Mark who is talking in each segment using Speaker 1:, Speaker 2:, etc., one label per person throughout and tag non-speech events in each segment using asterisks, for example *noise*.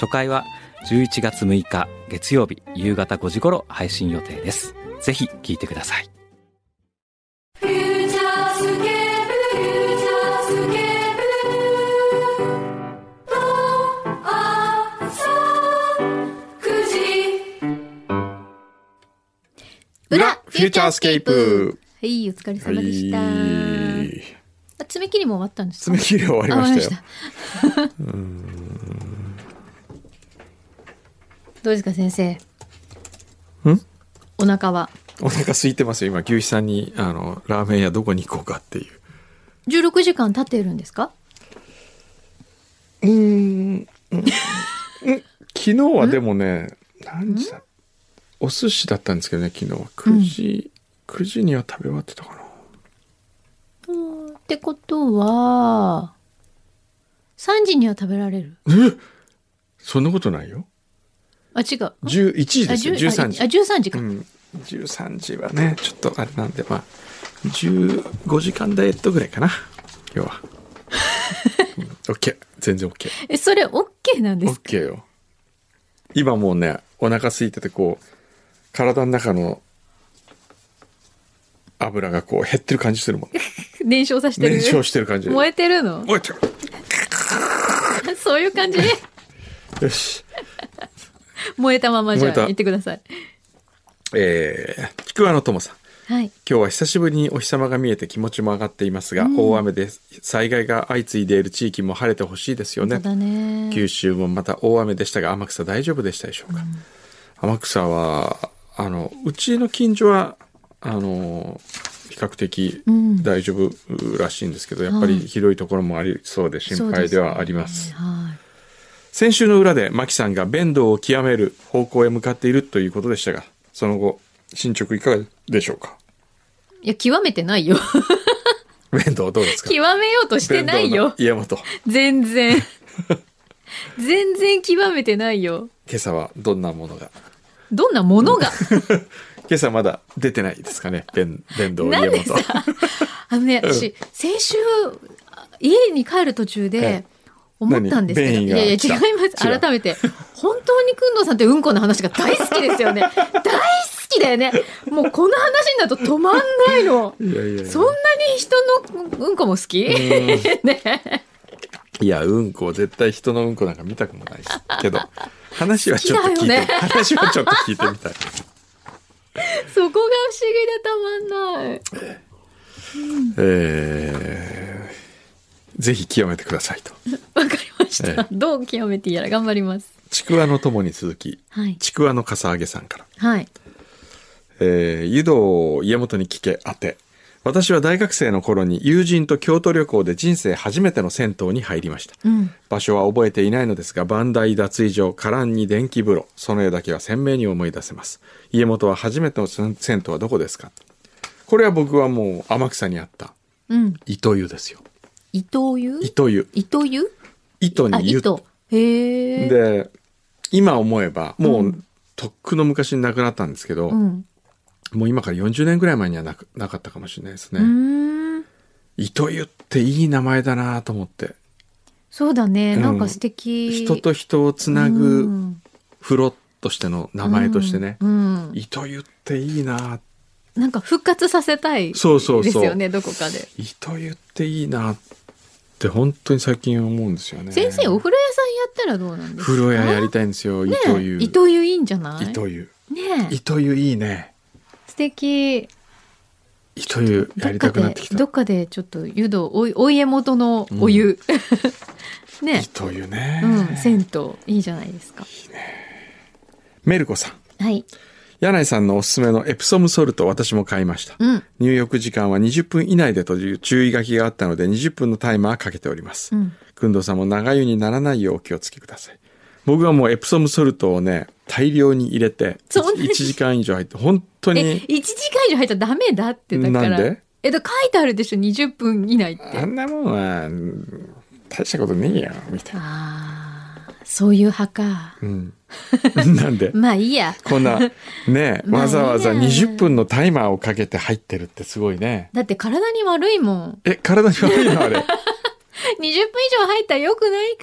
Speaker 1: 初回は11月6日月曜日夕方5時頃配信予定ですぜひ聞いてください
Speaker 2: 「フューチャースケープフューチャースケープル」「とあさ9時」
Speaker 3: 裏フューチャースケープ
Speaker 4: はい、お疲れ
Speaker 3: はい
Speaker 4: 様でした。あ爪切りも終わったんですか
Speaker 3: 爪切り終わりましたよ。
Speaker 4: どうですか、先生。んお腹は。
Speaker 3: お腹空いてますよ。今、牛肥さんに、あの、ラーメン屋どこに行こうかっていう。
Speaker 4: 16時間経っているんですか
Speaker 3: 昨日はでもね、何時だお寿司だったんですけどね、昨日は。9時、9時には食べ終わってたかな。
Speaker 4: ってことは、3時には食べられる。
Speaker 3: そんなことないよ。
Speaker 4: あ、違う。ん
Speaker 3: 11時
Speaker 4: あ
Speaker 3: ですよ、
Speaker 4: 10
Speaker 3: 13
Speaker 4: あ、
Speaker 3: 時。
Speaker 4: 13時か。
Speaker 3: うん。13時はね、ちょっとあれなんで、まあ、15時間ダイエットぐらいかな。今日 *laughs* は。うん OK。全然 OK。
Speaker 4: え、それ OK なんで
Speaker 3: オッ
Speaker 4: すか
Speaker 3: ケーよ今もうねお腹空いててこう体の中の油がこう減ってる感じするもん
Speaker 4: 燃焼させてる。
Speaker 3: 燃焼してる感じ
Speaker 4: 燃えて
Speaker 3: *laughs*
Speaker 4: るの
Speaker 3: 燃えてる
Speaker 4: そういう感じね。
Speaker 3: よし
Speaker 4: 燃えたままじゃ
Speaker 3: 燃
Speaker 4: あ、
Speaker 3: えた
Speaker 4: 言ってください。
Speaker 3: えー、ちくわのともさん
Speaker 4: はい。
Speaker 3: 今日は久しぶりにお日様が見えて気持ちも上がっていますが、大雨で災害が相次いでいる地域も晴れてほしいですよね
Speaker 4: そうだね。
Speaker 3: 九州もまた大雨でしたが天草大丈夫でしたでしょうか、天草はあのうちの近所はあの比較的
Speaker 4: ん
Speaker 3: 大丈夫らしいんですけど、やっぱりひどいところもありそうで心配ではあります
Speaker 4: はい。
Speaker 3: 先週の裏で牧さんが弁道を極める方向へ向かっているということでしたがその後進捗いかがでしょうか
Speaker 4: いや、極めてないよ。 *laughs*
Speaker 3: 弁道どうですか
Speaker 4: 極めようとしてないよ。
Speaker 3: 弁道の家元
Speaker 4: 全然。全然極めてないよ。
Speaker 3: 今朝はどんなものが
Speaker 4: どんな
Speaker 3: *laughs*
Speaker 4: ものが。
Speaker 3: 今朝まだ出てないですかね弁弁道家
Speaker 4: なんで
Speaker 3: 元
Speaker 4: さ、あのね、私、先週、あ家に帰る途中で
Speaker 3: え、
Speaker 4: 思ったんですけど、
Speaker 3: 何
Speaker 4: いやいや違
Speaker 3: 便
Speaker 4: い
Speaker 3: 意が
Speaker 4: ます。
Speaker 3: 違う
Speaker 4: 改めて、本当にくんどうさんってうんこの話が大好きで
Speaker 3: *laughs*
Speaker 4: すよね。大好きだよね。もうこの話になると止まんないの。
Speaker 3: いやいやいや
Speaker 4: そんなに人のうんこも好きね。
Speaker 3: いや、うんこ、絶対人のうんこなんか見たくもないですけ
Speaker 4: *laughs*
Speaker 3: ど、話はちょっと聞いて、
Speaker 4: 好きだよね
Speaker 3: 話はちょっと聞いてみ
Speaker 4: *laughs*
Speaker 3: たい。
Speaker 4: そこが不思議でたまんない。
Speaker 3: えー、ぜひ極めてくださいと。
Speaker 4: わかりまし
Speaker 3: え
Speaker 4: た。どう極めていいやら頑張ります。
Speaker 3: ちくわの友に続き、
Speaker 4: はい。
Speaker 3: ちくわのかさあげさんから。
Speaker 4: はい。
Speaker 3: えー、湯道を家元に聞け当て。私は大学生の頃に友人と京都旅行で人生初めての銭湯に入りました。
Speaker 4: うん。
Speaker 3: 場所は覚えていないのですが、磐梯脱衣所、カランに電気風呂、その絵だけは鮮明に思い出せます。家元は初めての銭銭湯はどこですかこれは僕はもう天草にあった、
Speaker 4: うん。
Speaker 3: 糸湯ですよ。
Speaker 4: 伊藤湯
Speaker 3: 糸湯。
Speaker 4: 伊藤湯
Speaker 3: 糸
Speaker 4: あ、
Speaker 3: に湯。
Speaker 4: 糸。へえ。
Speaker 3: で、今思えば、もう、とっくの昔に亡くなったんですけど、
Speaker 4: うん。
Speaker 3: もう今から40年ぐらい前にはなくなかったかもしれないですね。
Speaker 4: うーん。
Speaker 3: 糸湯っていい名前だなと思って。
Speaker 4: そうだね。
Speaker 3: うん
Speaker 4: なんか素敵。
Speaker 3: 人と人をつな
Speaker 4: う
Speaker 3: ぐ
Speaker 4: ん
Speaker 3: 風呂としての名前としてね。
Speaker 4: うん。
Speaker 3: 糸湯っていいな
Speaker 4: なんか復活させたい。
Speaker 3: そうそうそう
Speaker 4: ですよね、どこかで。
Speaker 3: 糸湯っていいなって本当に最近思うんですよね
Speaker 4: 先生、お風呂屋さんやったらどうなんですか
Speaker 3: 風呂屋やりたいんですよ
Speaker 4: ね
Speaker 3: 糸湯
Speaker 4: 伊藤湯いいんじゃない
Speaker 3: 糸湯
Speaker 4: ねえ
Speaker 3: 糸湯いいね
Speaker 4: 素敵。
Speaker 3: 糸湯や
Speaker 4: どっ
Speaker 3: り
Speaker 4: か
Speaker 3: たくなって
Speaker 4: で
Speaker 3: き、
Speaker 4: ど
Speaker 3: た
Speaker 4: っかでちょっと湯道、おいお家元のお湯。ね
Speaker 3: 糸湯ね、
Speaker 4: うん、銭湯いいじゃないですか。
Speaker 3: メルコさん
Speaker 4: はい。
Speaker 3: 柳井さんのおすすめのエプソムソルト私も買いました、
Speaker 4: うん。
Speaker 3: 入浴時間は20分以内でという注意書きがあったので20分のタイマーかけております
Speaker 4: うん。
Speaker 3: くんどうさんも長湯にならないようお気をつけください。僕はもうエプソムソルトをね大量に入れて
Speaker 4: そんなに
Speaker 3: 1時間以上入って本当
Speaker 4: え、
Speaker 3: に
Speaker 4: 1時間以上入っちゃダメだって、だから。
Speaker 3: なんで
Speaker 4: え、だから書いてあるでしょ、20分以内って。
Speaker 3: あんなもんはうん大したことねえよみたいな、
Speaker 4: ああ、そういう派か。
Speaker 3: うん、
Speaker 4: *laughs*
Speaker 3: なんで
Speaker 4: まあいいや。
Speaker 3: こんなね
Speaker 4: まあ
Speaker 3: わざわざ
Speaker 4: いいや
Speaker 3: 20分のタイマーをかけて入ってるってすごいね
Speaker 4: だって体に悪いもん。
Speaker 3: え体に悪いのあ
Speaker 4: *laughs*
Speaker 3: れへ
Speaker 4: 20分以上入ったら良くない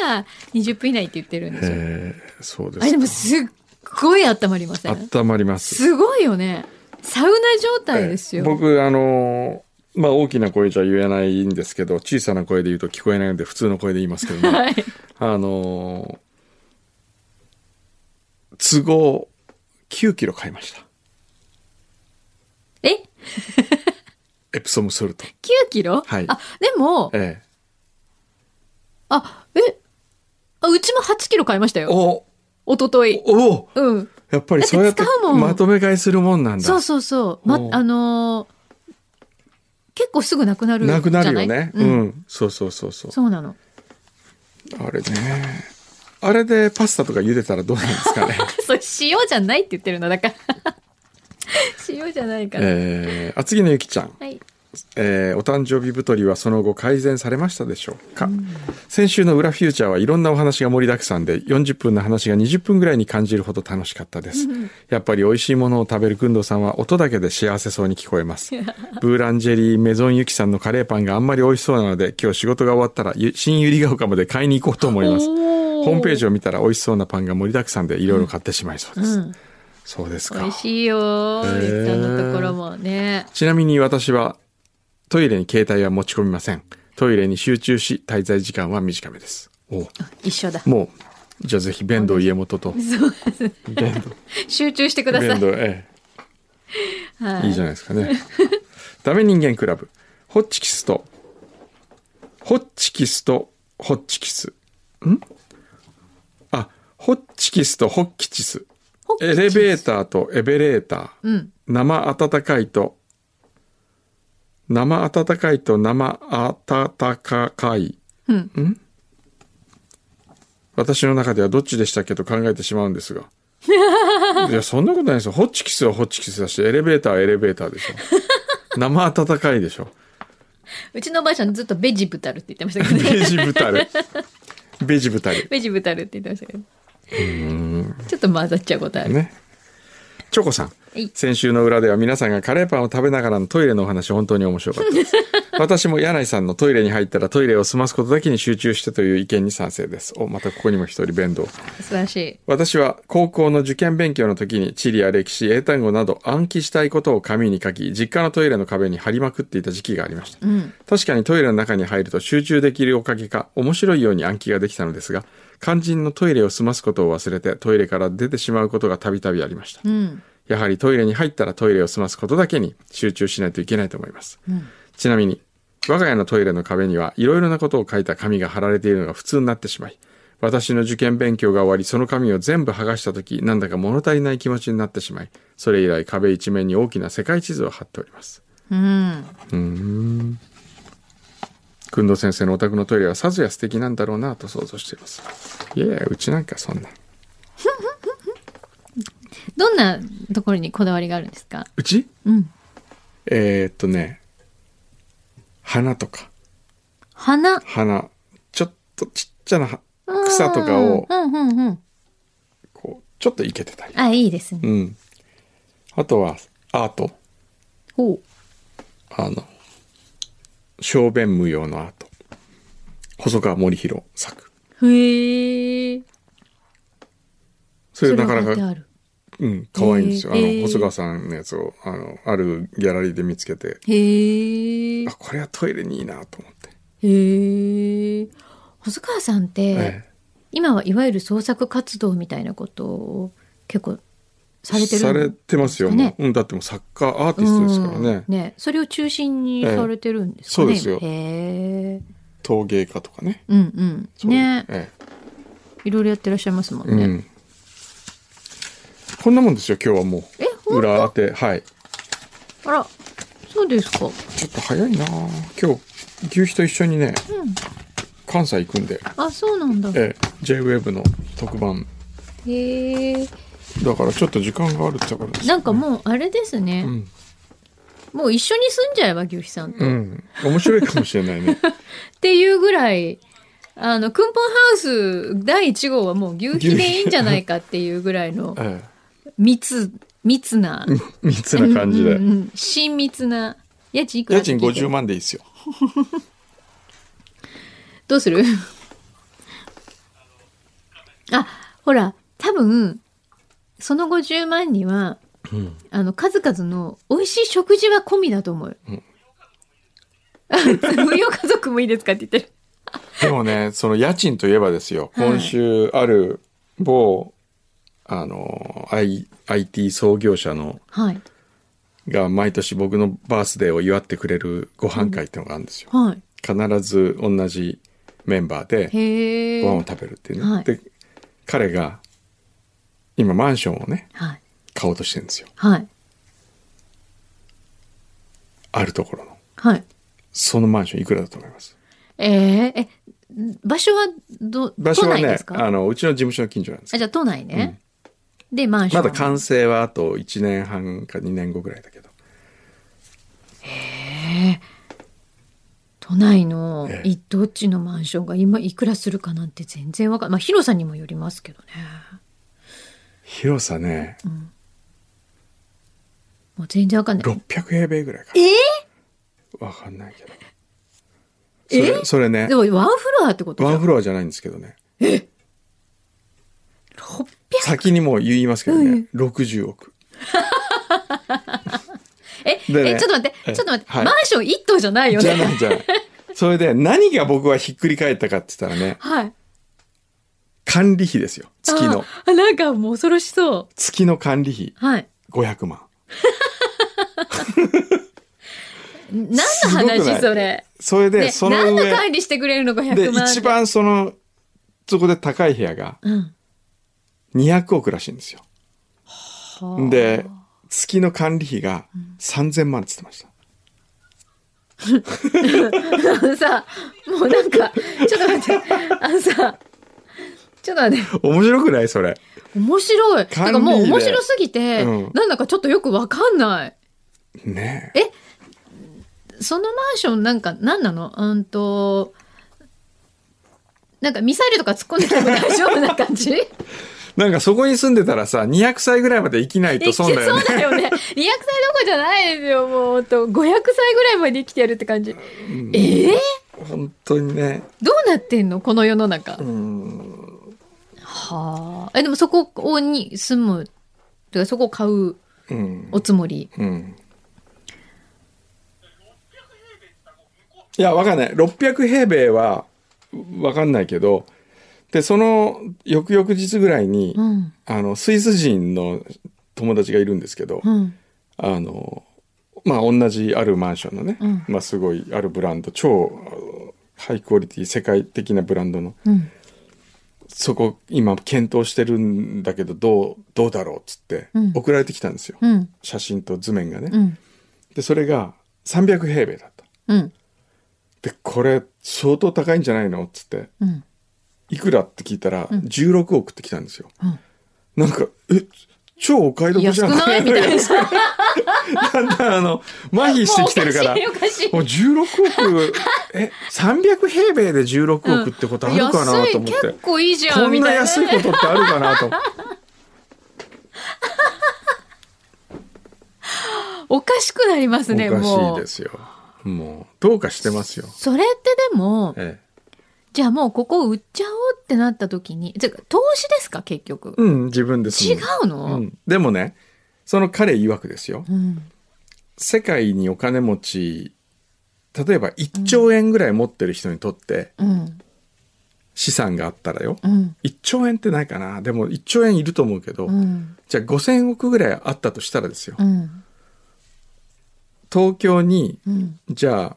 Speaker 4: から、20分以内って言ってるんですよ。
Speaker 3: えそうで
Speaker 4: あれですもすっごい温まりません
Speaker 3: 温まります
Speaker 4: すごいよね。サウナ状態ですよ。
Speaker 3: 僕あのーまあ大きな声じゃ言えないんですけど小さな声で言うと聞こえないので普通の声で言いますけどね、
Speaker 4: はい。
Speaker 3: あのー都合9キロ買いました
Speaker 4: え ?9
Speaker 3: エプソムソルト
Speaker 4: キロ
Speaker 3: はい
Speaker 4: あ、でも、
Speaker 3: ええ
Speaker 4: あ、え、あうちも8キロ買いましたよ。
Speaker 3: お
Speaker 4: 一昨日
Speaker 3: お
Speaker 4: うん。
Speaker 3: やっぱりそうやって
Speaker 4: だって使うもん
Speaker 3: まとめ買いするもんなんだ
Speaker 4: そうそうそう。ま
Speaker 3: お、う
Speaker 4: あのー結構すぐなくなるじゃ
Speaker 3: な
Speaker 4: な
Speaker 3: いくなるよねう、
Speaker 4: うんん。
Speaker 3: そうそうそうそう
Speaker 4: そうなの。 *laughs*
Speaker 3: あれねあれでパスタとか茹でたらどうなんですかね
Speaker 4: *laughs* それ塩じゃないって言ってるのだから *laughs* 塩じゃないから、
Speaker 3: えー、厚木のゆきちゃん
Speaker 4: はい
Speaker 3: えーお誕生日太りはその後改善されましたでしょうか、先週の「裏フューチャー」はいろんなお話が盛りだくさんで40分の話が20分ぐらいに感じるほど楽しかったです、やっぱり美味しいものを食べる工藤さんは音だけで幸せそうに聞こえますブーランジェリーメゾンゆきさんのカレーパンがあんまり美味しそうなので今日仕事が終わったらゆ新百合ヶ丘まで買いに行こうと思います
Speaker 4: お
Speaker 3: ホ
Speaker 4: ー
Speaker 3: ームページを見たら美味しそうなパンが盛りだくさんでいろいろ買ってしまいそうです、
Speaker 4: うん
Speaker 3: そうですか
Speaker 4: 美味しいよ
Speaker 3: へ
Speaker 4: ー
Speaker 3: ー
Speaker 4: リッタのところもね
Speaker 3: ちなみに私はトイレに携帯は持ち込みません。トイレに集中し滞在時間は短めです。
Speaker 4: 一緒だ
Speaker 3: もう、じゃあぜひ弁当家元と。
Speaker 4: そうですね
Speaker 3: 弁
Speaker 4: 集中してく
Speaker 3: 当、
Speaker 4: ださ
Speaker 3: 弁
Speaker 4: い
Speaker 3: 当、え
Speaker 4: は
Speaker 3: え、いいじゃないですかね。ダメ人間クラブ。ホッチキスと、ホッチキスとホッチキス。んあ、ホッチキスとホッキチス。
Speaker 4: ホッキチ
Speaker 3: エ
Speaker 4: ス
Speaker 3: レベーターとエベレーター。
Speaker 4: うん
Speaker 3: 生温かいと生温かいと生温かい、
Speaker 4: うん
Speaker 3: ん私の中ではどっちでしたっけと考えてしまうんですがいやそんなことないですよホッチキスはホッチキスだしエレベーターはエレベーターでしょ生温かいでしょ
Speaker 4: うちのおばあちゃんずっとベジブタルって言ってましたけどね
Speaker 3: ベジブタルベジブタル
Speaker 4: ベジブタルって言ってましたけどちょっと混ざっちゃうことある、
Speaker 3: ねチョコさん
Speaker 4: い
Speaker 3: 先週の裏では皆さんがカレーパンを食べながらのトイレのお話本当に面白かったです私も柳井さんのトイレに入ったらトイレを済ますことだけに集中してという意見に賛成ですおまたここにも一人弁当
Speaker 4: 素晴らしい
Speaker 3: 私は高校の受験勉強の時に地理や歴史英単語など暗記したいことを紙に書き実家のトイレの壁に貼りまくっていた時期がありました、確かにトイレの中に入ると集中できるおかげか面白いように暗記ができたのですが肝心のトイレを済ますことを忘れてトイレから出てしまうことがたびたびありました、
Speaker 4: うん
Speaker 3: やはりトイレに入ったらトイレを済ますことだけに集中しないといけないと思います。ちなみに、我が家のトイレの壁にはいろいろなことを書いた紙が貼られているのが普通になってしまい、私の受験勉強が終わり、その紙を全部剥がした時なんだか物足りない気持ちになってしまい、それ以来壁一面に大きな世界地図を貼っております。
Speaker 4: うん
Speaker 3: くんど先生のお宅のトイレはさぞや素敵なんだろうなと想像しています。いやいや、うちなんかそんな。
Speaker 4: どんなところにこだわりがあるんですか
Speaker 3: うち
Speaker 4: うん
Speaker 3: えー、っとね、花とか。
Speaker 4: 花
Speaker 3: 花ちょっとちっちゃな草とかを
Speaker 4: うんうんうん
Speaker 3: こうちょっといけてたり、
Speaker 4: あいいですね
Speaker 3: うん、あとはアート
Speaker 4: ほう
Speaker 3: あの小便無用のアート細川森弘作
Speaker 4: へえ。
Speaker 3: それなかな
Speaker 4: それは書いて
Speaker 3: か
Speaker 4: ある
Speaker 3: うん可愛いんですよ、
Speaker 4: へー
Speaker 3: あの細川さんのやつをあのあるギャラリーで見つけて
Speaker 4: へえ
Speaker 3: あ。これはトイレにいいなと思って、
Speaker 4: へえ。細川さんって、
Speaker 3: ええ
Speaker 4: 今はいわゆる創作活動みたいなことを結構されてる
Speaker 3: されてますよ、
Speaker 4: ね
Speaker 3: もううん、だってもう作家アーティストですからね、
Speaker 4: うんね、それを中心に
Speaker 3: ええ
Speaker 4: されてるんですか
Speaker 3: そ
Speaker 4: ね。
Speaker 3: うですよ
Speaker 4: 今へえ。
Speaker 3: 陶芸家とかね
Speaker 4: うんうん。
Speaker 3: そういう
Speaker 4: ね、
Speaker 3: ええ
Speaker 4: いろいろやってらっしゃいますもん
Speaker 3: う
Speaker 4: ね。
Speaker 3: ん、こんなもんですよ今日はも
Speaker 4: え
Speaker 3: う
Speaker 4: ほん
Speaker 3: 裏当てはい
Speaker 4: あら、そうですか。
Speaker 3: ちょっと早いな今日牛皮と一緒にね、関西行くんで、
Speaker 4: あ、そうなんだ。
Speaker 3: ええ、JWAVE の特番
Speaker 4: へえ
Speaker 3: だからちょっと時間があるってことです
Speaker 4: なんかもうあれですね、
Speaker 3: ん
Speaker 4: もう一緒に住んじゃえば牛肥さんと、
Speaker 3: う
Speaker 4: っ
Speaker 3: ん面白いかもしれない
Speaker 4: *laughs*
Speaker 3: ね
Speaker 4: ていうぐらいあのクンポンハウス第1号はもう牛肥でいいんじゃないかっていうぐらい
Speaker 3: *laughs*
Speaker 4: の
Speaker 3: え
Speaker 4: 密密な
Speaker 3: *laughs* え密な感じで、
Speaker 4: うんうん親密な家賃いくら
Speaker 3: 家
Speaker 4: って聞
Speaker 3: 賃
Speaker 4: いて
Speaker 3: 50万でいいですよ
Speaker 4: どうするあほら多分その50万には、あの数々の美味しい食事は込みだと思うよ。あ *laughs* 無料家族もいいですかって言ってる。
Speaker 3: でもね、その家賃といえばですよ、
Speaker 4: はい
Speaker 3: 今週ある某、あの、I、IT 創業者の、
Speaker 4: はい
Speaker 3: が毎年僕のバースデーを祝ってくれるご飯会っていうのがあるんですよ。
Speaker 4: はい。
Speaker 3: 必ず同じメンバーで
Speaker 4: へ
Speaker 3: ご飯を
Speaker 4: え。
Speaker 3: 食べるっていう
Speaker 4: は
Speaker 3: ね。
Speaker 4: い
Speaker 3: で、彼が、今マンションをね、
Speaker 4: はい
Speaker 3: 買おうとしてるんですよ。
Speaker 4: はい
Speaker 3: あるところの。
Speaker 4: はい。
Speaker 3: そのマンションいくらだと思います
Speaker 4: えー、え場所はど
Speaker 3: 場所は
Speaker 4: 都内で
Speaker 3: ね
Speaker 4: す、か？
Speaker 3: あの、うちの事務所の近所なんですよ
Speaker 4: あじゃあ都内ね。でマンショ
Speaker 3: ま
Speaker 4: ン。
Speaker 3: だ完成はあと1年半か2年後ぐらいだけど。
Speaker 4: 都内の
Speaker 3: ええ
Speaker 4: 一等地のマンションが今いくらするかなんて全然わかんまあ広さにもよりますけどね
Speaker 3: 広さね、
Speaker 4: もう全然わかんない
Speaker 3: 600平米ぐらいかな。わかんないけど。そ
Speaker 4: え
Speaker 3: れ、それね
Speaker 4: で、もワンフロアってこと
Speaker 3: ワンフ
Speaker 4: ロ
Speaker 3: ロアじゃないんですけどね。
Speaker 4: ア600
Speaker 3: 先にもう言いますけどね、60億。
Speaker 4: え、
Speaker 3: でね
Speaker 4: えちょっと待っ
Speaker 3: え
Speaker 4: て
Speaker 3: え
Speaker 4: ちょっと待って、
Speaker 3: はい
Speaker 4: マンション一棟じゃないよ
Speaker 3: じゃ
Speaker 4: ね
Speaker 3: ないじゃない。それで、何が僕はひっくり返ったかって言ったらね、
Speaker 4: はい
Speaker 3: 管理費ですよ。月の。
Speaker 4: あなんかもう恐ろしそ
Speaker 3: 月の管理費
Speaker 4: うはい
Speaker 3: 500万。
Speaker 4: 何の
Speaker 3: すごくない
Speaker 4: 話それ
Speaker 3: それで、
Speaker 4: ね
Speaker 3: その
Speaker 4: 何の
Speaker 3: 上、
Speaker 4: 管理してくれるのか
Speaker 3: で、
Speaker 4: 100万
Speaker 3: 一番その、そこで高い部屋が
Speaker 4: うん
Speaker 3: 200億らしいんですよ。
Speaker 4: はあ
Speaker 3: で、月の管理費が3000万って言ってました。
Speaker 4: あのさもうなんかちょっと待ってあのさちょっと待って
Speaker 3: 面白くないそれ。
Speaker 4: 面白い。て
Speaker 3: 管理
Speaker 4: かもう
Speaker 3: で
Speaker 4: 面白すぎて、
Speaker 3: うん
Speaker 4: なんだかちょっとよくわかんない。
Speaker 3: ね
Speaker 4: えそのマンションなんか何なのうんと、なんかミサイルとか突っ込んできても大丈夫な感 *laughs* じい
Speaker 3: なんかそこに住んでたらさ、200歳ぐらいまで生きない
Speaker 4: け
Speaker 3: と
Speaker 4: そう
Speaker 3: 損だよね。
Speaker 4: だよね。200歳どころじゃないですよ。もうほんと、500歳ぐらいまで生きてやるって感じ。ええ
Speaker 3: 本当にね。
Speaker 4: どうなってんのこの世の中。
Speaker 3: うん。
Speaker 4: はあ。え、でもそこに住む、とかそこを買う
Speaker 3: うん。
Speaker 4: おつもり。
Speaker 3: うん。いや、わかんない。600平米は、わかんないけど、で、その、翌々日ぐらいに、
Speaker 4: うん。
Speaker 3: あの、スイス人の友達がいるんですけど、
Speaker 4: うん。
Speaker 3: あの、まあ、同じあるマンションのね、
Speaker 4: うん
Speaker 3: まあ、すごい、あるブランド、超、あのハイクオリティ、世界的なブランドの、
Speaker 4: うん。
Speaker 3: そこ今検討してるんだけどどうどうだろうっつって
Speaker 4: うん
Speaker 3: 送られてきたんですよ、
Speaker 4: うん。
Speaker 3: 写真と図面がね、
Speaker 4: うん。
Speaker 3: でそれが300平米だった
Speaker 4: うん。
Speaker 3: でこれ相当高いんじゃないのっつって
Speaker 4: うん。
Speaker 3: いくらって聞いたら16億ってきたんですよ、
Speaker 4: うん
Speaker 3: なんかえ超お買い得じ
Speaker 4: 安
Speaker 3: ゃ
Speaker 4: く
Speaker 3: ん
Speaker 4: ないみた
Speaker 3: *laughs*
Speaker 4: いな。
Speaker 3: だんだんあの麻痺してきてるから
Speaker 4: もうおかしいお
Speaker 3: もう
Speaker 4: かしい。
Speaker 3: 16億え300平米で16億ってことあるかなと思って、
Speaker 4: 安い結構いいじゃ
Speaker 3: こ
Speaker 4: ん
Speaker 3: ん
Speaker 4: み
Speaker 3: な
Speaker 4: たいな。
Speaker 3: 安いことってあるかなと
Speaker 4: おかしくなりますね、
Speaker 3: おか
Speaker 4: も
Speaker 3: しいうで。すよ。もう、どうかしてますよ。
Speaker 4: それってでも、
Speaker 3: ええ、
Speaker 4: じゃあもうここ売っちゃおうってなった時に、てか投資ですか、結局。
Speaker 3: うん、自分ですもん。
Speaker 4: 違うの、う
Speaker 3: うんん、でもね、その彼曰くですよ。世界にお金持ち、例えば1兆円ぐらい持ってる人にとって
Speaker 4: うん
Speaker 3: 資産があったらよ。
Speaker 4: うん
Speaker 3: 1兆円ってないかな。でも1兆円いると思うけど、
Speaker 4: うん
Speaker 3: じゃあ5000億ぐらいあったとしたらですよ
Speaker 4: う。ん
Speaker 3: 東京に、
Speaker 4: うん
Speaker 3: じゃあ、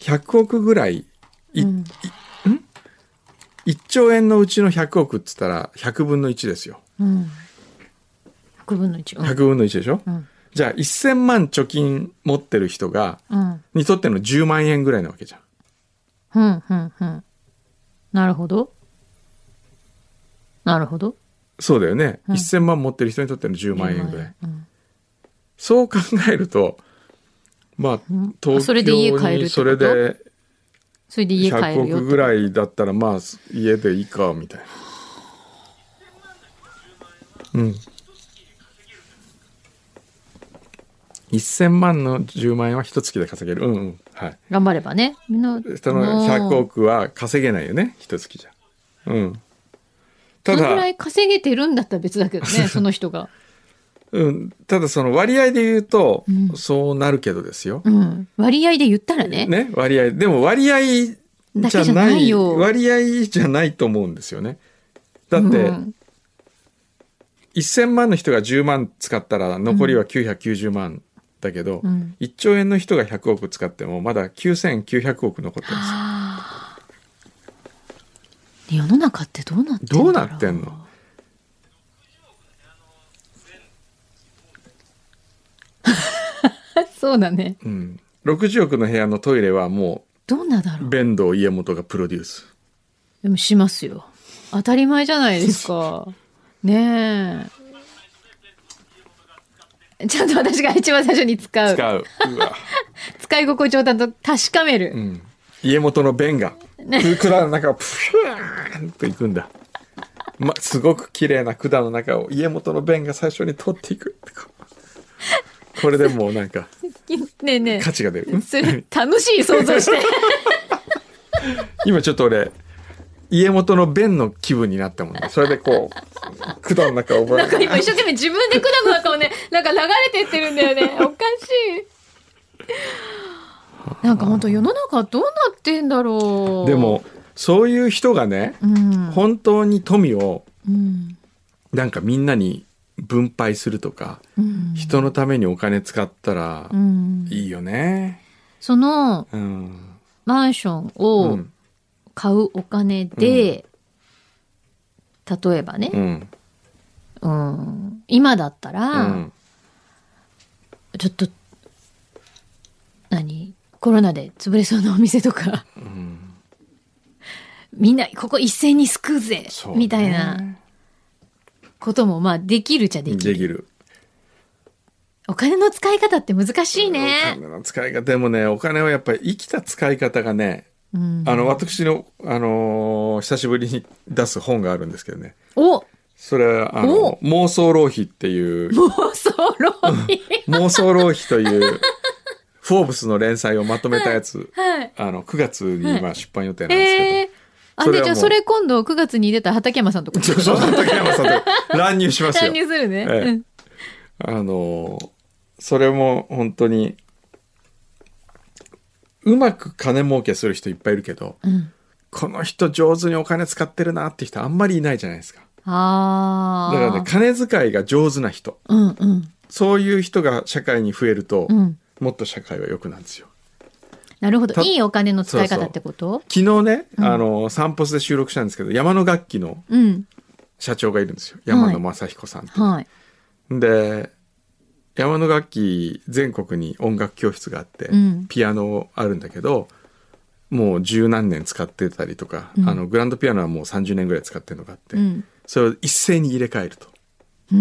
Speaker 3: 100億ぐらい、い
Speaker 4: うん
Speaker 3: 1兆円のうちの100億って言ったら100分の1ですよ。
Speaker 4: うん100分の1。うん
Speaker 3: 100分の1でしょ、
Speaker 4: うん
Speaker 3: じゃあ1000万貯金持ってる人が、
Speaker 4: うん
Speaker 3: にとっての10万円ぐらいなわけじゃん。
Speaker 4: うんうんうんなるほど。なるほど。
Speaker 3: そうだよね、
Speaker 4: うん
Speaker 3: 1000万持ってる人にとっての10万円ぐらい、
Speaker 4: うん
Speaker 3: そう考えるとまあ
Speaker 4: うんあ
Speaker 3: 東
Speaker 4: それで家
Speaker 3: 京
Speaker 4: 買えるってこ
Speaker 3: に
Speaker 4: と
Speaker 3: それで
Speaker 4: それで家買える
Speaker 3: 100
Speaker 4: よ
Speaker 3: 億
Speaker 4: って
Speaker 3: ぐらいだったらまあ家でいいかみたいなうん1000万の10万円は一月で稼げるうんうんはい
Speaker 4: 頑張ればね。みんな。
Speaker 3: そ
Speaker 4: も
Speaker 3: の
Speaker 4: う
Speaker 3: 100億は稼げないよね一月じゃうんた
Speaker 4: そのぐら
Speaker 3: だ、
Speaker 4: い稼げてるんだったら別だけど
Speaker 3: *laughs*
Speaker 4: ね、その人が。
Speaker 3: うん、ただその割合で言うと、
Speaker 4: うん
Speaker 3: そうなるけどですよ、
Speaker 4: うん。割合で言ったらね。
Speaker 3: ね割合でも割合じゃない
Speaker 4: だけじゃないよ
Speaker 3: 割合じゃないと思うんですよねだって、
Speaker 4: うん
Speaker 3: 1000万の人が10万使ったら残りは990万だけど、
Speaker 4: うん
Speaker 3: 1兆円の人が100億使ってもまだ9900億残ってるんですよ
Speaker 4: あー世の中ってどうなってんだろ
Speaker 3: どうなってんの
Speaker 4: そうだね。
Speaker 3: うん、60億の部屋のトイレはも
Speaker 4: どうなんだ
Speaker 3: う
Speaker 4: ろう。
Speaker 3: 弁当家元がプロデュース
Speaker 4: でもしますよ。当たり前じゃないで
Speaker 3: *laughs*
Speaker 4: すか。ねえ。ちゃんと私が一番最初に使う。
Speaker 3: 使ううわ、
Speaker 4: 使い心地をちゃんと確かめ
Speaker 3: う
Speaker 4: る。
Speaker 3: ん、家元の弁が管の中をプーンといくんだ、ま、すごく綺麗な管の中を家元の弁が最初に取っていくこれでもうなんか
Speaker 4: ねえね
Speaker 3: 価値が出る、う
Speaker 4: え。
Speaker 3: ん
Speaker 4: それ楽しい想像して。
Speaker 3: 今ちょっと俺家元の弁の気分になったもんねそれでこう管の中を
Speaker 4: なんか *laughs* 今一生懸命自分でくだくだと *laughs* ね、なんか流れてってるんだよね。おかしい。 *laughs* なんか本当世の中どうなってんだろう。
Speaker 3: でもそういう人がね
Speaker 4: うん、
Speaker 3: 本当に富を
Speaker 4: うん。
Speaker 3: なんかみんなに分配するとか
Speaker 4: うん。
Speaker 3: 人のためにお金使ったら
Speaker 4: うん。
Speaker 3: いいよね
Speaker 4: その
Speaker 3: うん、
Speaker 4: マンション
Speaker 3: う
Speaker 4: を
Speaker 3: ん
Speaker 4: 買うお金で、例えば
Speaker 3: う
Speaker 4: ね、
Speaker 3: ん
Speaker 4: うん、今だった
Speaker 3: う
Speaker 4: ら、
Speaker 3: ん
Speaker 4: ちょっと、何コロナで潰れそうなお店とか、
Speaker 3: うん
Speaker 4: みんなここ一斉に救うぜ
Speaker 3: そうね
Speaker 4: みたいなことも、まあ、できるじゃでき
Speaker 3: で
Speaker 4: る。
Speaker 3: きる
Speaker 4: お金の使い方って難しい
Speaker 3: お
Speaker 4: ね。
Speaker 3: 金の使い方でもねお金はやっぱり生きた使い方がね
Speaker 4: うん、
Speaker 3: あの私の、あのー久しぶりに出す本があるんですけどね
Speaker 4: お
Speaker 3: それはあの
Speaker 4: お
Speaker 3: 妄想浪費っていう
Speaker 4: *laughs* 妄想浪費
Speaker 3: 妄想浪費という「フォーブス」の連載をまとめたやつ、 *laughs*
Speaker 4: はい。
Speaker 3: あの9月に今出版予定なんですけど、
Speaker 4: えー、あ
Speaker 3: それはも
Speaker 4: で
Speaker 3: う
Speaker 4: じゃあそれ今度9月に出た畠山さんと
Speaker 3: *laughs*
Speaker 4: こ
Speaker 3: ちょっと竹山さんと乱入します
Speaker 4: 参
Speaker 3: よ。
Speaker 4: 入するね。
Speaker 3: ええ
Speaker 4: うん
Speaker 3: あのーそれも本当にうまく金儲けする人いっぱいいるけど
Speaker 4: うん。
Speaker 3: この人上手にお金使ってるなって人あんまりいないじゃないですか。
Speaker 4: あ
Speaker 3: だ
Speaker 4: あ。
Speaker 3: からね金遣いが上手な人
Speaker 4: うんうん
Speaker 3: そういう人が社会に増えると、
Speaker 4: うん。
Speaker 3: もっと社会は良くなるんですよ。
Speaker 4: なるほど。
Speaker 3: た
Speaker 4: いいお金の使い方ってこと
Speaker 3: 昨日ね、あの散歩で収録したんですけど山の楽器の
Speaker 4: うん。
Speaker 3: 社長がいるんですよ山野正彦さんって、
Speaker 4: はい。
Speaker 3: で山野楽器全国に音楽教室があって、
Speaker 4: うん
Speaker 3: ピアノあるんだけどもう十何年使ってたりとか、
Speaker 4: うん
Speaker 3: あのグランドピアノはもう30年ぐらい使ってるのがあって、
Speaker 4: うん。
Speaker 3: それを一斉に入れ替えると
Speaker 4: うー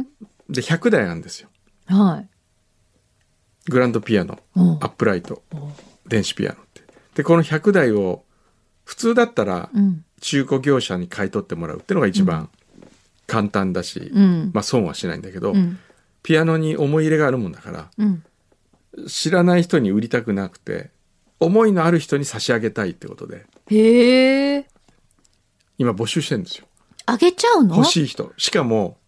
Speaker 4: ん。
Speaker 3: で100台なんですよ
Speaker 4: はい。
Speaker 3: グランドピアノ
Speaker 4: うん
Speaker 3: アップライト電子ピアノってでこの100台を普通だったら
Speaker 4: うん。
Speaker 3: 中古業者に買い取ってもらうってのが一番簡単だし、
Speaker 4: うん。
Speaker 3: まあ損はしないんだけど、
Speaker 4: うん。
Speaker 3: ピアノに思い入れがあるもんだから
Speaker 4: うん。
Speaker 3: 知らない人に売りたくなくて思いのある人に差し上げたいってことで
Speaker 4: へえ。
Speaker 3: 今募集してるんですよ
Speaker 4: あげちゃうの
Speaker 3: 欲しい人しかも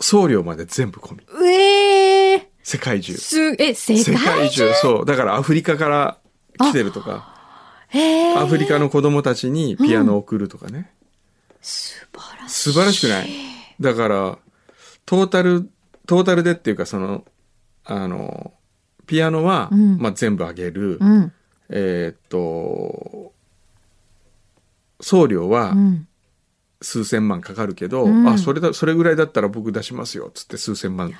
Speaker 3: 送料まで全部込み
Speaker 4: うえー。
Speaker 3: 世界中
Speaker 4: す、え、世
Speaker 3: 世
Speaker 4: 界
Speaker 3: 界中そうだからアフリカから来てるとか
Speaker 4: へえ。
Speaker 3: アフリカの子供たちにピアノを送るとかね、
Speaker 4: 素晴らしい。
Speaker 3: 素晴らしくないだからトータルトータルでっていうかそのあのピアノは、
Speaker 4: うん
Speaker 3: まあ、全部あげる、
Speaker 4: うん。
Speaker 3: えーっと送料は
Speaker 4: うん。
Speaker 3: 数千万かかるけど、
Speaker 4: うん
Speaker 3: あそれだそれぐらいだったら僕出しますよっつって数千万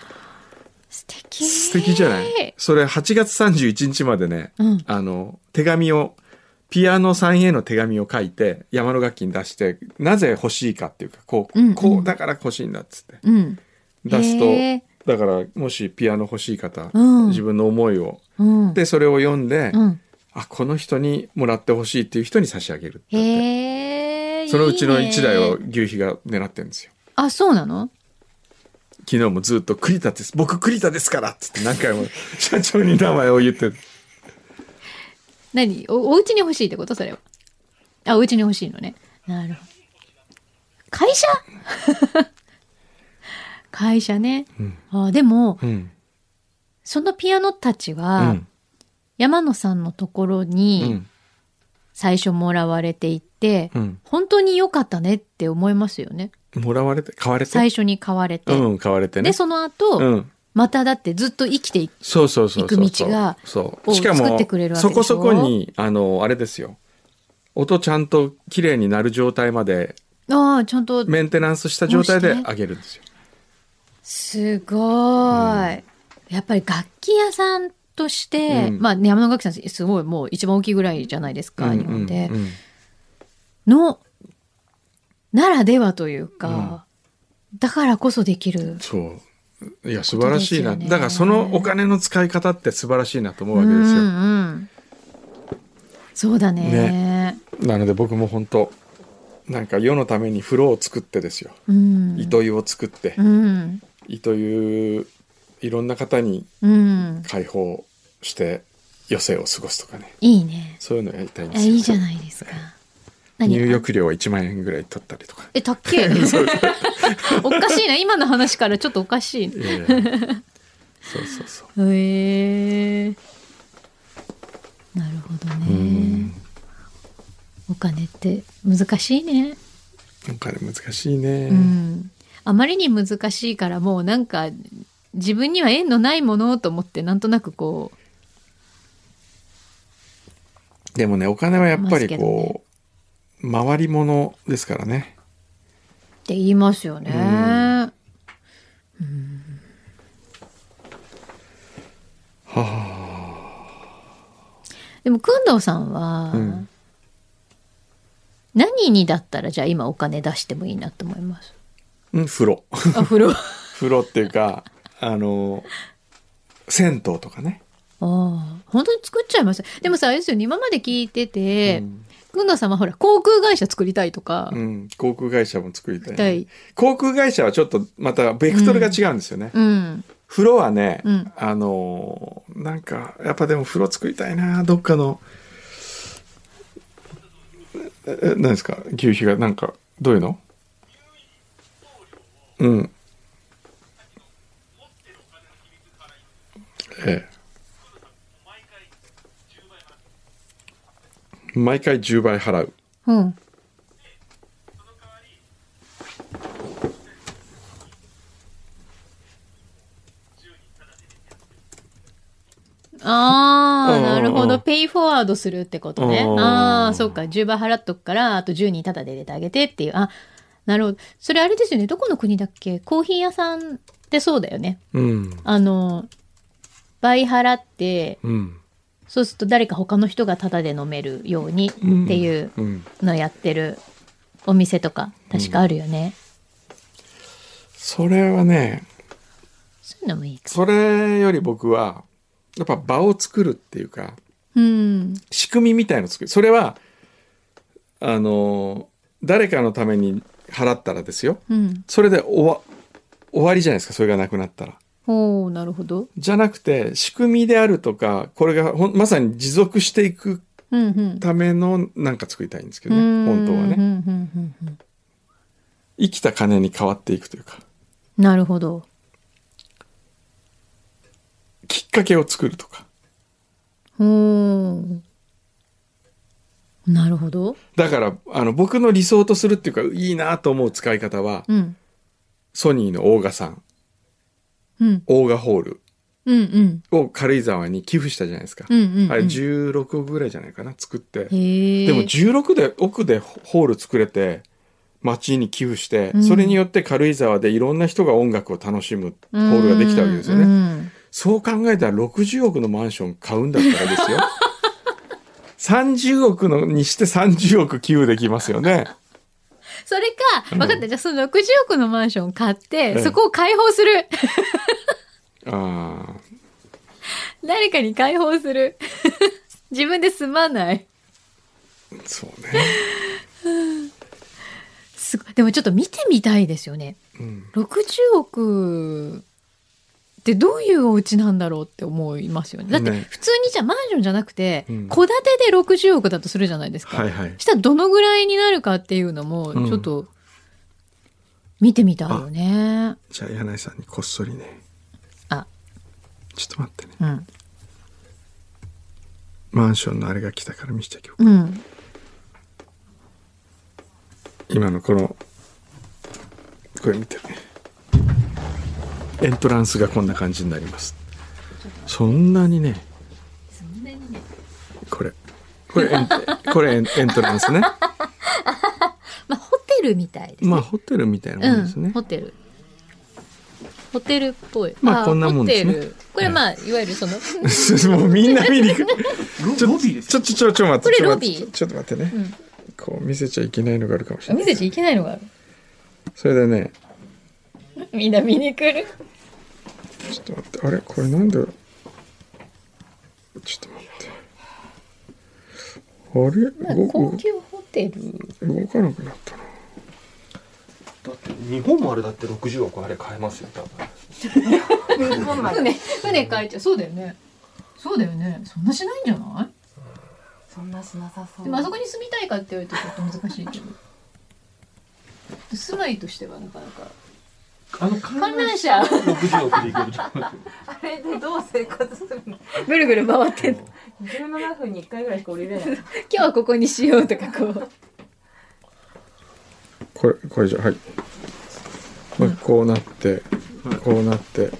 Speaker 4: 素敵。
Speaker 3: 素敵じゃない、それ8月31日までね、
Speaker 4: うん
Speaker 3: あの手紙をピアノさんへの手紙を書いて山の楽器に出してなぜ欲しいかっていうかこう,、
Speaker 4: うんうん
Speaker 3: こうだから欲しいんだっつって
Speaker 4: うん。
Speaker 3: 出す
Speaker 4: へー
Speaker 3: とだからもしピアノ欲しい方、
Speaker 4: うん
Speaker 3: 自分の思いを
Speaker 4: うん。
Speaker 3: でそれを読んで、
Speaker 4: うん。
Speaker 3: あこの人にもらってほしいっていう人に差し上げるって
Speaker 4: へえ。
Speaker 3: そのうちの
Speaker 4: いいね
Speaker 3: 1台を。牛皮が狙ってるんですよ。
Speaker 4: あ、そうなの
Speaker 3: 昨日もずっと栗田です。僕栗田ですからっつって何回も社長に名前を言ってる。
Speaker 4: 何お、お家に欲しいってことそれは。あ、お家に欲しいのね。なるほど。会社 *laughs* 会社ね。あでも、
Speaker 3: うん。
Speaker 4: そのピアノたち
Speaker 3: う
Speaker 4: は、
Speaker 3: ん。
Speaker 4: 山野さんのところ
Speaker 3: う
Speaker 4: に
Speaker 3: ん。
Speaker 4: 最初もらわれていって、
Speaker 3: うん
Speaker 4: 本当に良かったねって思いますよね。
Speaker 3: もらわれて、買われて。
Speaker 4: 最初に買われて。
Speaker 3: うん、買われてね。
Speaker 4: で、その後、
Speaker 3: うん。
Speaker 4: まただってずっと生きていく。
Speaker 3: そうそうそうそう。
Speaker 4: 行く道が
Speaker 3: そう。
Speaker 4: を
Speaker 3: しか
Speaker 4: 作っ
Speaker 3: も
Speaker 4: てくれる、わけ
Speaker 3: そ
Speaker 4: でしょ
Speaker 3: こそこに、あの、あれですよ。音ちゃんと綺麗になる状態まで、
Speaker 4: ああ、ちゃんと、
Speaker 3: メンテナンスした状態で
Speaker 4: こうして
Speaker 3: あげるんですよ。
Speaker 4: すごーい。やっぱり楽器屋さんとして、
Speaker 3: うん
Speaker 4: まあ、山の楽器さんすごいもう一番大きいぐらいじゃないですか、
Speaker 3: うん
Speaker 4: 日本で。
Speaker 3: うんうん
Speaker 4: の、ならではというか、だからこそできる。
Speaker 3: そう。いや、素晴らしいな。
Speaker 4: ことですよね
Speaker 3: だからそのお金の使い方って素晴らしいなと思うわけ
Speaker 4: う
Speaker 3: で
Speaker 4: ん
Speaker 3: すよ。
Speaker 4: うん。そうだね。
Speaker 3: なので僕も本当なんか世のために風呂を作ってですよ、
Speaker 4: うん。
Speaker 3: 糸湯を作って、
Speaker 4: うん。
Speaker 3: 糸湯いろんな方に
Speaker 4: うん。
Speaker 3: 解放して余生を過ごすとかね
Speaker 4: いいね。
Speaker 3: そういうのやりたいんで
Speaker 4: あ
Speaker 3: すよ
Speaker 4: いいじゃないですか。何が
Speaker 3: 入浴料は1万円ぐらい取ったりとか
Speaker 4: え、たっけ *laughs* おかしいな。今の話からちょっとおかしいね。
Speaker 3: いやいや *laughs* そうそうそう
Speaker 4: へえなるほどねお金って難しいね
Speaker 3: なんかね難しいね、
Speaker 4: うんあまりに難しいからもうなんか自分には縁のないものと思ってなんとなくこ
Speaker 3: でもねお金はやっぱり
Speaker 4: ます
Speaker 3: こう、回り物ですからね
Speaker 4: うって言いますよねうんでも工藤さんは、
Speaker 3: ん
Speaker 4: 何にだったらじゃあ今お金出してもいいなと思います
Speaker 3: うん風呂 *laughs*
Speaker 4: あ風呂 *laughs* あ
Speaker 3: 風呂っていうかあの銭湯とかね
Speaker 4: あ本当に作っちゃいますでもさあれですよね今まで聞いてて、
Speaker 3: うん
Speaker 4: 工藤さんはほら航空会社作りたいとか、
Speaker 3: うん、航空会社も作りたいね、
Speaker 4: 作りたい
Speaker 3: 航空会社はちょっとまたベクトルが違うんですよね、
Speaker 4: うん、
Speaker 3: 風呂はね、
Speaker 4: うん
Speaker 3: あのーなんかやっぱでも風呂作りたいなどっかのええ何ですか牛皮がなんかどういうのうんええ毎回10倍払う
Speaker 4: うん。
Speaker 3: う
Speaker 4: ああ、
Speaker 3: ん
Speaker 4: なるほど。ペイフォワードするってことね
Speaker 3: う。ん
Speaker 4: ああ、そうか。10倍払っとくから、あと10人タダで入れてあげてっていう。あ、なるほど。それあれですよね。どこの国だっけコーヒー屋さんってそうだよね。
Speaker 3: うん
Speaker 4: あの、倍払って、
Speaker 3: うん
Speaker 4: そうすると誰か他の人がタダで飲めるようにっていう
Speaker 3: うん
Speaker 4: のやってるお店とか、確かあるよね。
Speaker 3: それはね
Speaker 4: そういうのもいいか。
Speaker 3: それより僕はやっぱ場を作るっていうか
Speaker 4: うん。
Speaker 3: 仕組みみたいの作るそれはあの誰かのために払ったらですよ
Speaker 4: うん。
Speaker 3: それで終わ終わりじゃないですかそれがなくなったら。
Speaker 4: おおなるほど。
Speaker 3: じゃなくて仕組みであるとかこれがほんまさに持続していく
Speaker 4: うんうん。
Speaker 3: ためのなんか作りたいんですけど
Speaker 4: う
Speaker 3: ね
Speaker 4: ん
Speaker 3: 本当は
Speaker 4: うんう
Speaker 3: ね
Speaker 4: んうんうん
Speaker 3: 生きた金に変わっていくというか
Speaker 4: なるほど。
Speaker 3: きっかけを作るとか
Speaker 4: おーなるほど。
Speaker 3: だからあの僕の理想とするっていうかいいなと思う使い方は
Speaker 4: うん。
Speaker 3: ソニーの大賀さん
Speaker 4: うん。
Speaker 3: 大賀ホール
Speaker 4: うんうん。
Speaker 3: を軽井沢に寄付したじゃないですか、
Speaker 4: うんうん、うん。
Speaker 3: あれ16億ぐらいじゃないかな作って
Speaker 4: へえ。
Speaker 3: でも16で奥でホール作れて町に寄付して、
Speaker 4: ん
Speaker 3: それによって軽井沢でいろんな人が音楽を楽しむホールができたわけですよね、
Speaker 4: うんうん
Speaker 3: *laughs* そう考えたら60億のマンション買うんだったらですよ30億のにして30億寄付できますよね。
Speaker 4: それか、分かった。じゃあその60億のマンション買って、
Speaker 3: うん
Speaker 4: そこを開放する。
Speaker 3: ああ。
Speaker 4: 誰かに開放する。 *laughs* 自分で住まない。
Speaker 3: そうね。
Speaker 4: すごい。でもちょっと見てみたいですよね。
Speaker 3: うん。
Speaker 4: 60億ってどういうお家なんだろうって思いますよね。だって
Speaker 3: ね
Speaker 4: 普通にじゃあマンションじゃなくて、
Speaker 3: うん
Speaker 4: 戸建てで60億だとするじゃないですか。
Speaker 3: はいはい。
Speaker 4: したらどのぐらいになるかっていうのも、
Speaker 3: うん
Speaker 4: ちょっと見てみたいよね。
Speaker 3: じゃあ、柳井さんにこっそりね。
Speaker 4: あ、
Speaker 3: ちょっと待ってね。
Speaker 4: うん。
Speaker 3: マンションのあれが来たから見せてあげよう。
Speaker 4: うん。
Speaker 3: 今のこの、これ見てね。エントランスがこんな感じになります。そんなにね。これ。これエン、これエンエントランスね。
Speaker 4: まあ、ホテルみたいです。
Speaker 3: まあ、ホテルみたいなもんです
Speaker 4: う
Speaker 3: ね。
Speaker 4: ん、ホテル。ホテルっぽい。
Speaker 3: まあこんなもんですね
Speaker 4: ホテル。これまあ、いわゆるその、
Speaker 3: *laughs* もうみんな見に行く。ちょ、ちょ、ちょ、ちょ、ちょ、待って。
Speaker 4: これ
Speaker 3: ちょ
Speaker 4: ロビー
Speaker 3: ちょっと待ってね。こう見せちゃいけないのがあるかもしれな
Speaker 4: 見
Speaker 3: い。
Speaker 4: せちゃいけないのがある。
Speaker 3: それでね、
Speaker 4: みんな見に来る。
Speaker 3: ちょっと待って、あれこれなんで、ちょっと待って。あれ
Speaker 4: 高
Speaker 3: 動
Speaker 4: 級ホテル。
Speaker 3: 動かなくなったな。
Speaker 5: だって日本もあれだって60億あれ買えますよ多分
Speaker 4: 船、船書いちゃう。そうだよね。そうだよね。そんなしないんじゃない
Speaker 6: そんなしなさそう
Speaker 4: でもあそこに住みたいかって言われるとちょっと難しいけど。住まいとしてはなかなか。
Speaker 5: あの
Speaker 4: 観覧車。
Speaker 5: 60億でいけると思う
Speaker 6: あれでどう生活するの
Speaker 4: ぐるぐる回ってんの
Speaker 6: 17分に1回ぐらいしか降りれない
Speaker 4: 今日はここにしようとかこう。
Speaker 3: これ、これじゃ、はい。まあ、こうなって、こうなって。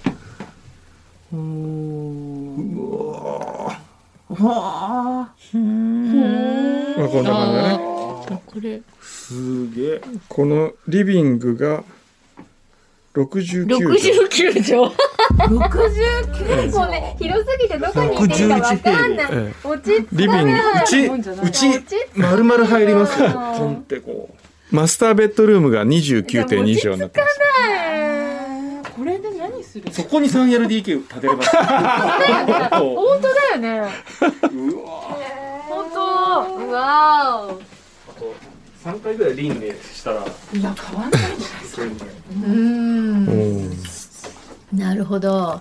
Speaker 3: うわー。まあ、こんな感じだね。
Speaker 4: これ。
Speaker 5: すげえ
Speaker 3: このリビングが69畳
Speaker 4: 九畳。69もうね、広すぎてどこにいていいかわかんない。
Speaker 3: え
Speaker 4: 落ち着
Speaker 3: えリビングうちうち
Speaker 5: 丸々入りますよポンってこ
Speaker 3: マスターベッドルームが29.2畳になってます
Speaker 6: これで何する
Speaker 5: うそこに 3LDK 建てれば
Speaker 4: 本当だよね。
Speaker 5: うわ
Speaker 4: 本当。わお。
Speaker 5: 3回ぐらい輪廻したら
Speaker 6: いや変わんない
Speaker 4: うん。
Speaker 3: うん
Speaker 4: なるほど。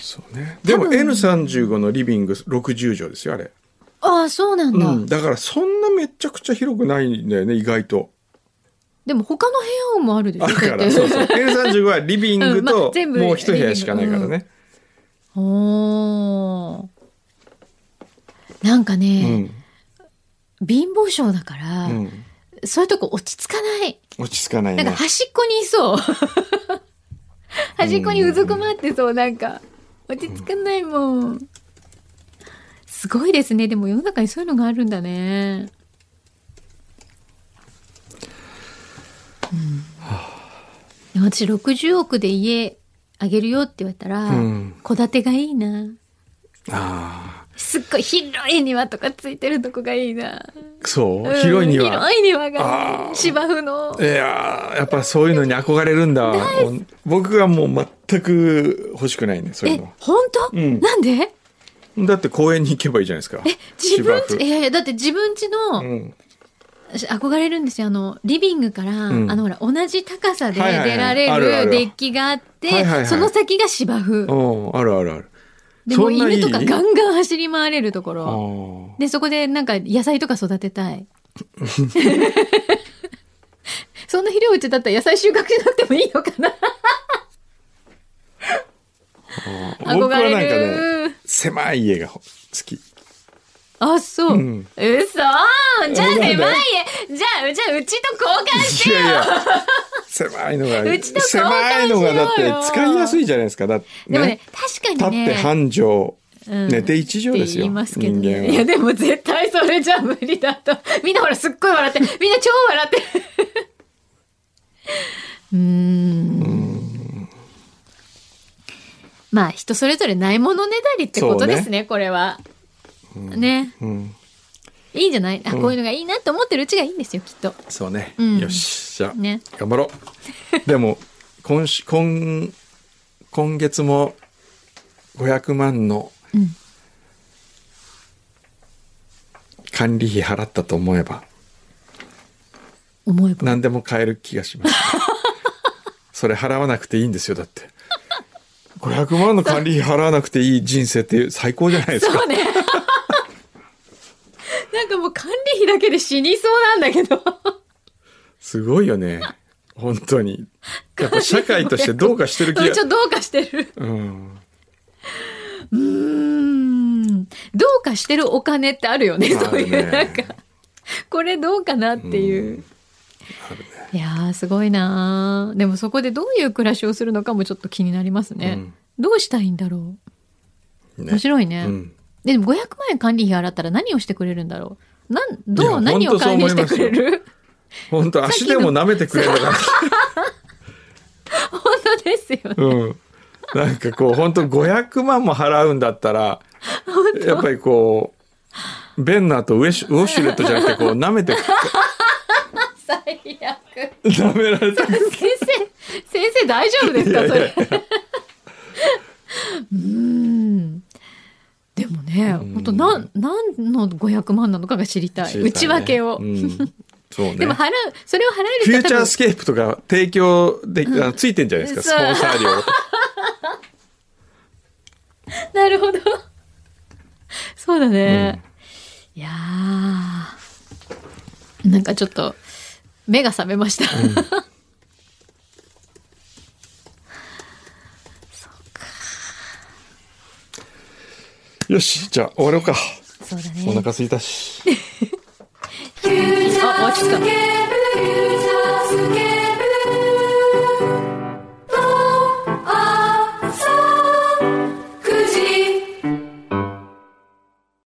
Speaker 3: そうねでも N35 のリビング60畳ですよあれ、
Speaker 4: ああ、そうなんだ。
Speaker 3: うん、だからそんなめちゃくちゃ広くないんだよね意外と
Speaker 4: でも他の部屋もあるでしょ。
Speaker 3: あるか
Speaker 4: だっ
Speaker 3: ら
Speaker 4: て
Speaker 3: そうそう N35 はリビング
Speaker 4: うんまあ
Speaker 3: と
Speaker 4: 全部
Speaker 3: もう一部屋しかないから
Speaker 4: リビン
Speaker 3: ね、
Speaker 4: おーなんか
Speaker 3: う
Speaker 4: ね、
Speaker 3: ん
Speaker 4: 貧乏症だから、
Speaker 3: うん、
Speaker 4: そういうとこ落ち着かない。
Speaker 3: 落ち着かない
Speaker 4: なんか
Speaker 3: ね
Speaker 4: 端っこにい *laughs* そう。端っこにうずくまってそう、なんか。落ち着かないもん。すごいですね。でも世の中にそういうのがあるんだね。うん、私60億で家あげるよって言われたら
Speaker 3: うん
Speaker 4: 戸、建てがいいな
Speaker 3: あ
Speaker 4: すっごい広い庭とかついてるとこがいいな
Speaker 3: あそう、
Speaker 4: うん
Speaker 3: 広いには
Speaker 4: 広い庭が
Speaker 3: あー
Speaker 4: 芝生の
Speaker 3: いやーやっぱそういうのに憧れるんだわもう僕はもう全く欲しくないねそうい
Speaker 4: え
Speaker 3: うの
Speaker 4: 本当、
Speaker 3: うん
Speaker 4: なんで
Speaker 3: だって公園に行けばいいじゃないですか
Speaker 4: え、自分
Speaker 3: 芝
Speaker 4: ち、
Speaker 3: 生
Speaker 4: いやいや、だって自分ちの、
Speaker 3: うん
Speaker 4: 私憧れるんですよ。あの、リビングから、
Speaker 3: うん
Speaker 4: あの、ほら、同じ高さで
Speaker 3: はいはいはい
Speaker 4: 出られ
Speaker 3: あるある
Speaker 4: るデッキがあって、
Speaker 3: はいはいはい
Speaker 4: その先が芝生。
Speaker 3: うんあるあるある
Speaker 4: でもう
Speaker 3: そんないい
Speaker 4: 犬とかガンガン走り回れるとこ
Speaker 3: あ
Speaker 4: ろ。
Speaker 3: ー
Speaker 4: で、そこでなんか野菜とか育てたい。 *laughs* そんな広いうちだったら野菜収穫しなくてもいいのかな
Speaker 3: 僕はな
Speaker 4: 憧
Speaker 3: んか
Speaker 4: れ
Speaker 3: ね
Speaker 4: る。
Speaker 3: 狭い家が好き
Speaker 4: あ、そう。
Speaker 3: うん
Speaker 4: 嘘じゃあ狭
Speaker 3: な
Speaker 4: い
Speaker 3: んで
Speaker 4: 家。じゃあ、じゃあうちと交換し
Speaker 3: いやいや狭いのが
Speaker 4: うちと交換しようよ
Speaker 3: 狭いのがだって使いやすいじゃないですかだって
Speaker 4: でもね
Speaker 3: ね
Speaker 4: 確か
Speaker 3: 立っ
Speaker 4: にね。
Speaker 3: て半畳
Speaker 4: うん
Speaker 3: 寝て一畳です
Speaker 4: って
Speaker 3: よ
Speaker 4: 言いますけど、ね、
Speaker 3: 人間はい
Speaker 4: やでも絶対それじゃ無理だとみんなほらすっごい笑ってみんな超笑って *laughs* うーんまあ人それぞれないものねだりってことです
Speaker 3: そう
Speaker 4: ね、これは。ね。
Speaker 3: うん。
Speaker 4: いいんじゃないあ、こういうのがいいなって思ってるうちがいいんですよ、きっと。
Speaker 3: そうね。
Speaker 4: うん
Speaker 3: よし。じゃあ、
Speaker 4: ね
Speaker 3: 頑張ろう。でも、今し、今、今月も500万の
Speaker 4: ん
Speaker 3: 管理費払ったと思えば、
Speaker 4: 思えば。
Speaker 3: 何でも買える気がします。 *laughs* それ払わなくていいんですよ、だって。500万の管理費払わなくていい人生って最高じゃないです
Speaker 4: *laughs*
Speaker 3: か。
Speaker 4: なんかもう管理費だけで死にそうなんだけど。
Speaker 3: すごいよね。本当に。やっぱ社会としてどうかしてる気
Speaker 4: うん
Speaker 3: が
Speaker 4: ちょ。っとどうかしてる。
Speaker 3: うん。
Speaker 4: うーん。どうかしてるお金ってあるよね、
Speaker 3: あるね
Speaker 4: そういう。なんか、これどうかなっていう。いやー、すごいなーでもそこでどういう暮らしをするのかもちょっと気になりますね。
Speaker 3: うん
Speaker 4: どうしたいんだろう。
Speaker 3: ね
Speaker 4: 面白いね。
Speaker 3: うん
Speaker 4: ででも500万円管理費払ったら何をしてくれるんだろう。なん、
Speaker 3: い
Speaker 4: どう、
Speaker 3: や
Speaker 4: 何を
Speaker 3: 本当そう
Speaker 4: 管
Speaker 3: 思
Speaker 4: 理
Speaker 3: い
Speaker 4: し
Speaker 3: ま
Speaker 4: て
Speaker 3: す
Speaker 4: く
Speaker 3: よ
Speaker 4: れる
Speaker 3: 本当足でも舐めてくれるんだから。
Speaker 4: *laughs* 本当ですよね。
Speaker 3: うん。なんかこう、本当500万も払うんだったら、やっぱりこう、ベンナーとウエシュウォシュレットじゃなくて、こう、舐めて、
Speaker 4: 最悪。
Speaker 3: 舐められた。
Speaker 4: 先生、先生大丈夫ですかそれ。 *laughs* うーん。でもね、
Speaker 3: ん
Speaker 4: 本当なん、何の500万なのかが知りたい。
Speaker 3: 知りたいね
Speaker 4: 内訳を。 *laughs*
Speaker 3: うんそうね。
Speaker 4: でも払う、それを払え
Speaker 3: フュ
Speaker 4: る
Speaker 3: ー
Speaker 4: 人
Speaker 3: チャ
Speaker 4: は
Speaker 3: ースケープとか提供で、あのついてんじゃないですか、スポンサー料。
Speaker 4: 多分、なるほど。 *laughs* そうだね。いやーなんかちょっと、目が覚めました。そうか。
Speaker 3: よし、じゃあ終わろうか。
Speaker 4: *laughs* そうだ
Speaker 3: お
Speaker 4: ね。
Speaker 3: 腹すいたし。
Speaker 4: あ、終わっちゃっ
Speaker 2: 「
Speaker 4: た。